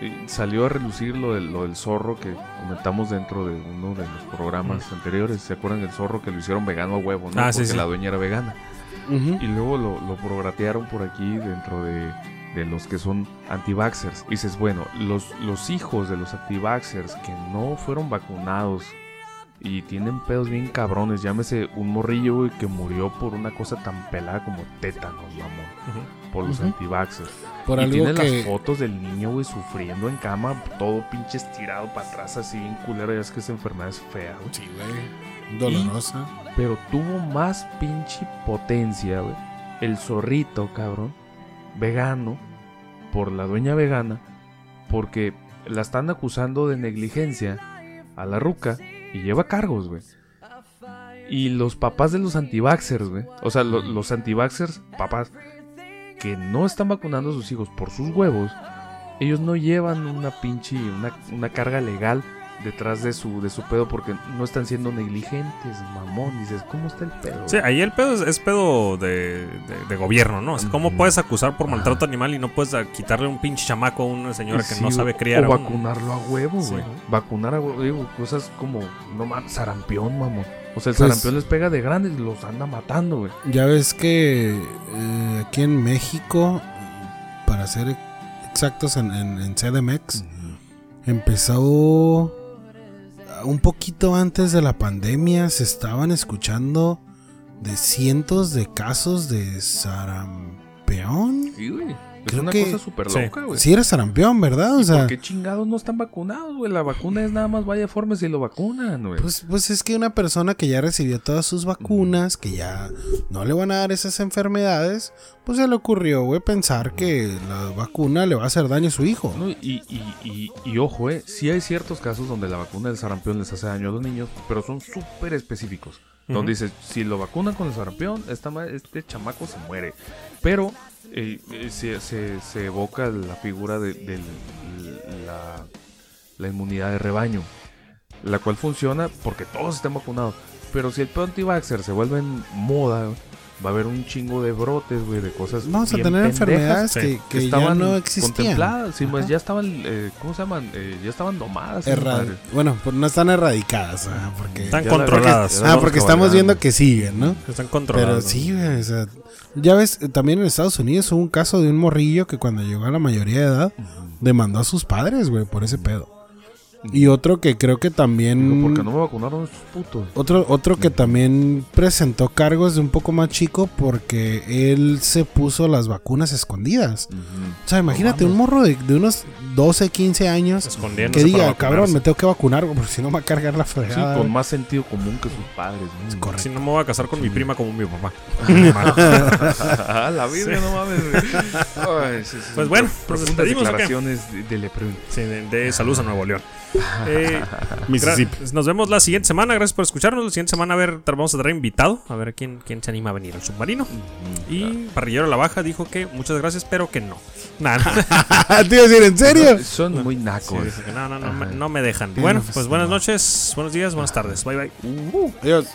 Speaker 5: eh, salió a relucir lo del, lo del zorro que comentamos dentro de uno de los programas anteriores. ¿Se acuerdan del zorro que lo hicieron vegano a huevo? ¿no?
Speaker 4: Mm. Ah, sí,
Speaker 5: Porque
Speaker 4: sí.
Speaker 5: la dueña era vegana.
Speaker 2: Ujú.
Speaker 5: Y luego lo, lo progratearon por aquí dentro de, de los que son anti-vaxxers. Dices, bueno, los, los hijos de los anti-vaxxers que no fueron vacunados y tienen pedos bien cabrones, llámese un morrillo güey, que murió por una cosa tan pelada como tétanos, mamón,
Speaker 4: Ujú.
Speaker 5: por los
Speaker 2: Ujú.
Speaker 5: anti-vaxxers.
Speaker 2: Por
Speaker 5: y
Speaker 2: algo
Speaker 5: tiene las
Speaker 2: que.
Speaker 5: fotos del niño, güey, sufriendo en cama, todo pinche estirado para atrás, así bien culero, ya es que esa enfermedad es fea, güey.
Speaker 2: Sí, güey, Dolorosa.
Speaker 5: Pero tuvo más pinche potencia, güey. El zorrito, cabrón. Vegano. Por la dueña vegana. Porque la están acusando de negligencia a la ruca. Y lleva cargos, güey. Y los papás de los antivaxers, güey. O sea, lo- los antivaxers, papás. Que no están vacunando a sus hijos por sus huevos. Ellos no llevan una pinche. Una, una carga legal detrás de su, de su pedo porque no están siendo negligentes, mamón. Dices, ¿cómo está el pedo?
Speaker 4: Sí, ahí el pedo es, es pedo de, de- de gobierno, ¿no? O sea, ¿cómo
Speaker 5: Ujú.
Speaker 4: puedes acusar por
Speaker 5: Ajá.
Speaker 4: maltrato animal y no puedes ah, quitarle un pinche chamaco a una señora que
Speaker 5: Sí,
Speaker 4: no
Speaker 5: güey.
Speaker 4: sabe criar?
Speaker 5: O
Speaker 4: a un-
Speaker 5: vacunarlo a huevo,
Speaker 4: Sí.
Speaker 5: güey. Vacunar a huevo, digo, cosas como, no mames, sarampión, mamón. O sea, el
Speaker 2: Pues-
Speaker 5: sarampión les pega de grandes y los anda matando, güey.
Speaker 2: Ya ves que eh, aquí en México, para ser exactos en, en, en CDMX, empezó ah, un poquito antes de la pandemia, se estaban escuchando de cientos de casos de sarampeón.
Speaker 5: Sí, güey. Es
Speaker 2: Creo
Speaker 5: una
Speaker 2: que-
Speaker 5: cosa súper
Speaker 4: Sí.
Speaker 5: loca, güey.
Speaker 2: Si eres sarampión, ¿verdad? O sea,
Speaker 5: ¿Por qué chingados no están vacunados, güey? La vacuna es nada más vaya forma si lo vacunan, güey.
Speaker 2: pues, pues es que una persona que ya recibió todas sus vacunas, que ya no le van a dar esas enfermedades, pues se le ocurrió, güey, pensar que la vacuna le va a hacer daño a su hijo.
Speaker 5: No, y, y- y- y ojo, eh, sí hay ciertos casos donde la vacuna del sarampión les hace daño a los niños, pero son súper específicos. Donde dices, si lo vacunan con el sarampión, esta ma- este chamaco se muere. Pero eh, eh, se, se- se evoca la figura de, del- la, la inmunidad de rebaño, la cual funciona porque todos están vacunados. Pero si el pedo anti-vaxxer se vuelve en moda, va a haber un chingo de brotes, güey, de cosas.
Speaker 2: Vamos a
Speaker 5: bien
Speaker 2: tener
Speaker 5: pendejas
Speaker 2: enfermedades
Speaker 4: sí,
Speaker 2: que,
Speaker 5: que
Speaker 2: que ya
Speaker 5: estaban
Speaker 2: no existían.
Speaker 5: contempladas, sí, pues,
Speaker 2: Ajá.
Speaker 5: ya estaban, eh, ¿cómo se llaman? Eh, ya estaban domadas. esas
Speaker 2: Erra-
Speaker 5: madres.
Speaker 2: bueno, pues no están erradicadas, ah, porque,
Speaker 4: Están
Speaker 5: Ya la-
Speaker 4: controladas.
Speaker 5: ya la
Speaker 2: ah,
Speaker 5: vamos
Speaker 2: porque estamos viendo
Speaker 5: cabalgando.
Speaker 2: que siguen, ¿no?
Speaker 4: Están
Speaker 2: Pero
Speaker 4: controladas. ¿no?
Speaker 2: sí, güey, o sea, ya ves, eh, también en Estados Unidos hubo un caso de un morrillo que cuando llegó a la mayoría de edad demandó a sus padres, güey, por ese pedo. Y otro que creo que
Speaker 5: Digo,
Speaker 2: también...
Speaker 5: ¿Por qué no me vacunaron estos putos?
Speaker 2: Otro, otro que también presentó cargos de un poco más chico porque él se puso las vacunas escondidas. O sea, imagínate un morro de, de unos 12, 15 años
Speaker 4: Escondiéndose
Speaker 2: que diga,
Speaker 4: para
Speaker 2: cabrón,
Speaker 4: vacunarse.
Speaker 2: me tengo que vacunar güey, porque si no me va a cargar la
Speaker 5: Sí,
Speaker 2: fregada.
Speaker 5: con más sentido común que sus padres. ¿no?
Speaker 4: Si no me voy a casar con mi prima como mi papá.
Speaker 2: Pues
Speaker 5: Ah, la vida, no mames. güey. Ay, sí, sí,
Speaker 4: Pues bueno,
Speaker 5: pro-
Speaker 4: nos
Speaker 5: profundas
Speaker 4: despedimos, ¿o qué?
Speaker 5: declaraciones de, de Leprun.
Speaker 4: Sí, de, de saludos a Nuevo León. Eh, gra- Nos vemos la siguiente semana. Gracias por escucharnos. La siguiente semana a ver, tra- vamos a traer invitado. A ver quién, quién se anima a venir al submarino. Y Parrillero La Baja dijo que muchas gracias, pero que no. Nah, nah.
Speaker 2: Ah, Te iba a decir, ¿en serio?
Speaker 5: Son muy
Speaker 4: Sí,
Speaker 5: nacos.
Speaker 4: dijo que no, no, no, me- no me dejan. Bueno, pues buenas noches, buenos días, buenas tardes. Bye bye.
Speaker 2: Adiós.